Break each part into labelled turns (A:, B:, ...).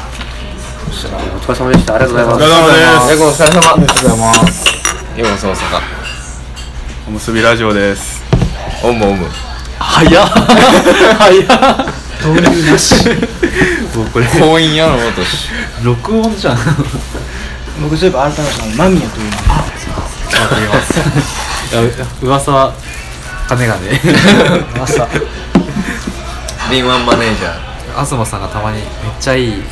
A: した。お疲れ様でした。ありがとうござい
B: お
A: ます。
B: 疲れ
C: れ
B: 様です
C: 様
B: ありがとうございます
C: ようこそ大阪
B: おむすびラジオです
C: オムオム
A: 早っ早っ導入なし。もうこれ、
C: 婚姻やのごとし
A: 録音じゃん。
D: 僕そういえば改めてあの間宮という名前
A: わかります。いやう噂は金がね。
D: 朝
C: 敏腕マネージャ
A: 東さんがたまにめっちゃいいなんか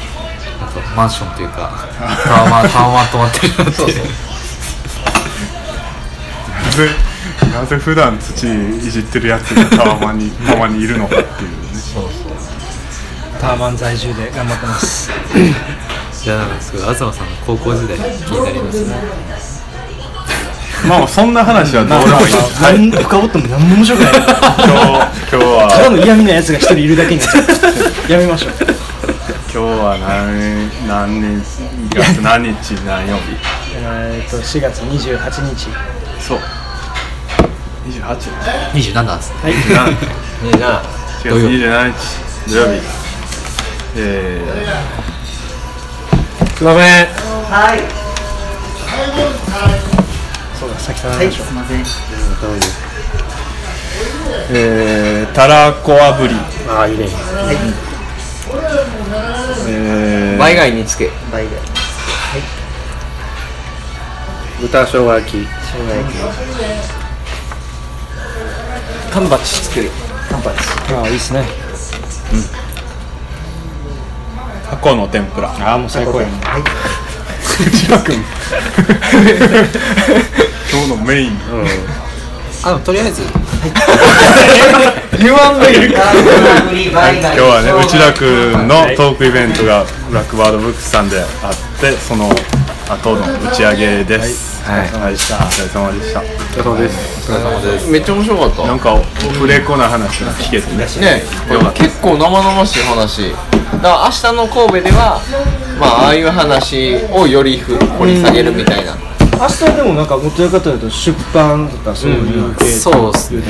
A: マンションというかタワマンタワマン泊まってるなって
C: そうそう
B: なぜなぜ普段土いじってるやつがたまにたまにいるのかっていうね
D: タワマン在住で頑張ってます
A: じゃあなんですけど東さんの高校時代気になりますね
B: まあそんな話はどうでもいい
D: 何深掘っても何も面白くない
B: 今日今日
D: ただ
B: は
D: の嫌味なやつが一人いるだけになっちゃうやめましょう
B: 今日は何何日2月何日何曜日
D: えーっと4月28日
B: そう28日
A: 27ですね
B: なん
C: ーねえな
B: 4月27日土曜日え
A: すいません
D: そうだ先からしょう
B: ーえー、たらこ炙り
A: ああいいね
B: えー、
C: 倍外につけ
A: 豚生姜焼き
C: 缶バッチつける
D: ああいいっすね
B: タコの天ぷら
D: ああもう最高やね
B: 内 田君今日のメイン
A: あでもとりあえず
B: 言わんでいい今
E: 今
B: 日はね内田君のトークイベントがブラックバードブックスさんであってその後の打ち上げですはい、お疲れ様でしたお疲れ様でした
C: めっちゃ面白かっ
B: な
C: た
B: んかオフレコな話が聞けてね
C: ねえ結構生々しい話だから明日の神戸ではまあああいう話をより掘り下げるみたいな
D: 明日でもなんか元や方だと出版とかそういう系
A: そうっすね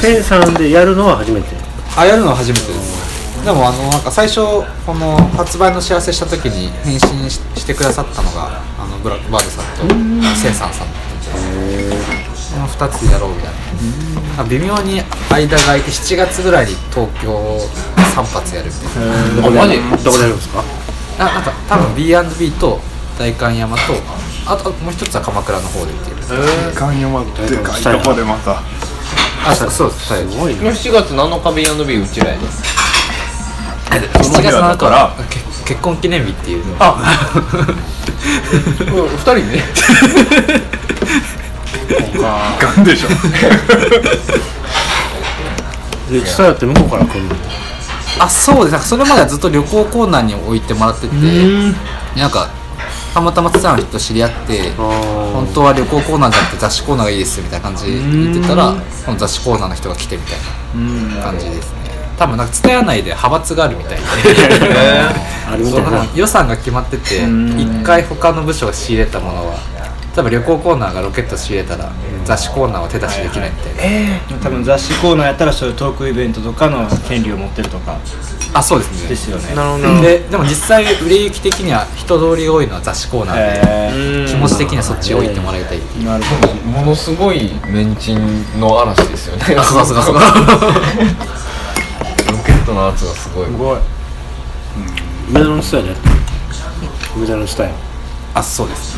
F: 千さんでやるのは初めて
A: あやるのは初めてですでもあのなんか最初この発売の知らせした時に返信ししてくださったのがあのブラックバードさんとセンサンさんだったんですこの2つでやろうみたいな微妙に間が空いて7月ぐらいに東京3発やるみたいな
C: あマジ
F: どこでやるんですか
A: ななんか多分 B&B と代官山とあともう一つは鎌倉の方でっていう
B: 関山でかいとこでまた
A: あそうそうですはい
F: すごいね
C: 7月7日 B&B うちらやで
A: 7月7日
B: だから
A: け結婚記念日っていうの
C: うん2人ね
B: ガンでしょ
F: で実際だって向こうから来るの
A: あそうですなんかそれまではずっと旅行コーナーに置いてもらっててなんかたまたまツアーの人と知り合って
F: あ
A: 本当は旅行コーナーじゃなくて雑誌コーナーがいいですよみたいな感じで言ってたらその雑誌コーナーの人が来てみたいな感じですね多分なんか蔦屋内で派閥があるみたいで
F: ああれみ
A: そ
F: たいな
A: の予算が決まってて一回他の部署が仕入れたものは例えば旅行コーナーがロケット仕入れたら雑誌コーナーは手出しできないみたいな
D: 多分雑誌コーナーやったらそういうトークイベントとかの権利を持ってるとか
A: あそうですね
D: ですよね
A: ででも実際売れ行き的には人通り多いのは雑誌コーナーで、
D: え
A: 気持ち的にはそっち置いてもらいたい
D: ー、なるほど
C: ものすごいメンチンの嵐ですよね
A: あ そうかそうかそうか
C: ロケットの圧がすごい
D: すごい
F: 梅田のスタイルやってる梅田のスタイ
A: あそうです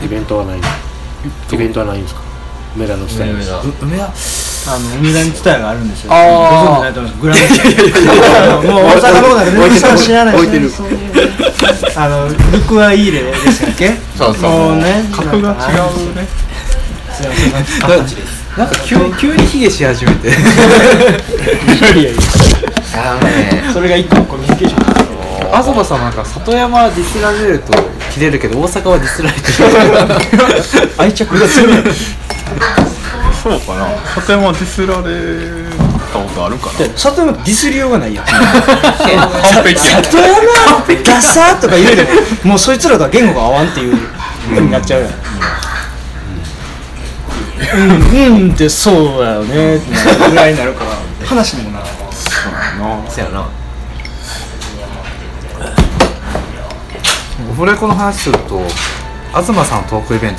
F: ルイベントはないイベントはないんですか梅田のスタイル
A: う梅田
D: あの梅田に伝えがあるんですよ
A: あー
D: ご存知ないと思いますグラン ドもう大阪のことなんか全然さん知らないし、ね、あのルクアイーレでしたっけ
C: そうそう
D: もうね
B: 格
D: う
B: が違うね
A: なんか急急にヒゲし始め て
C: あのね
D: それが一個コミュニケーション
A: 東さんなんか里山はディスられると切れるけど大阪はディスられて
D: 愛着が強い
B: そうかなとてもディスられたことあるかな
D: 里山ディスりようがないやん
B: 完璧や
D: 里山 ダサーとか言うけどもうそいつらとは言語が合わんっていうふうになっちゃうやんうん、うんってそうだよねってなるぐらいになるから話にもならない
B: な
C: そうやな
A: フレコの話すると東さんのトークイベント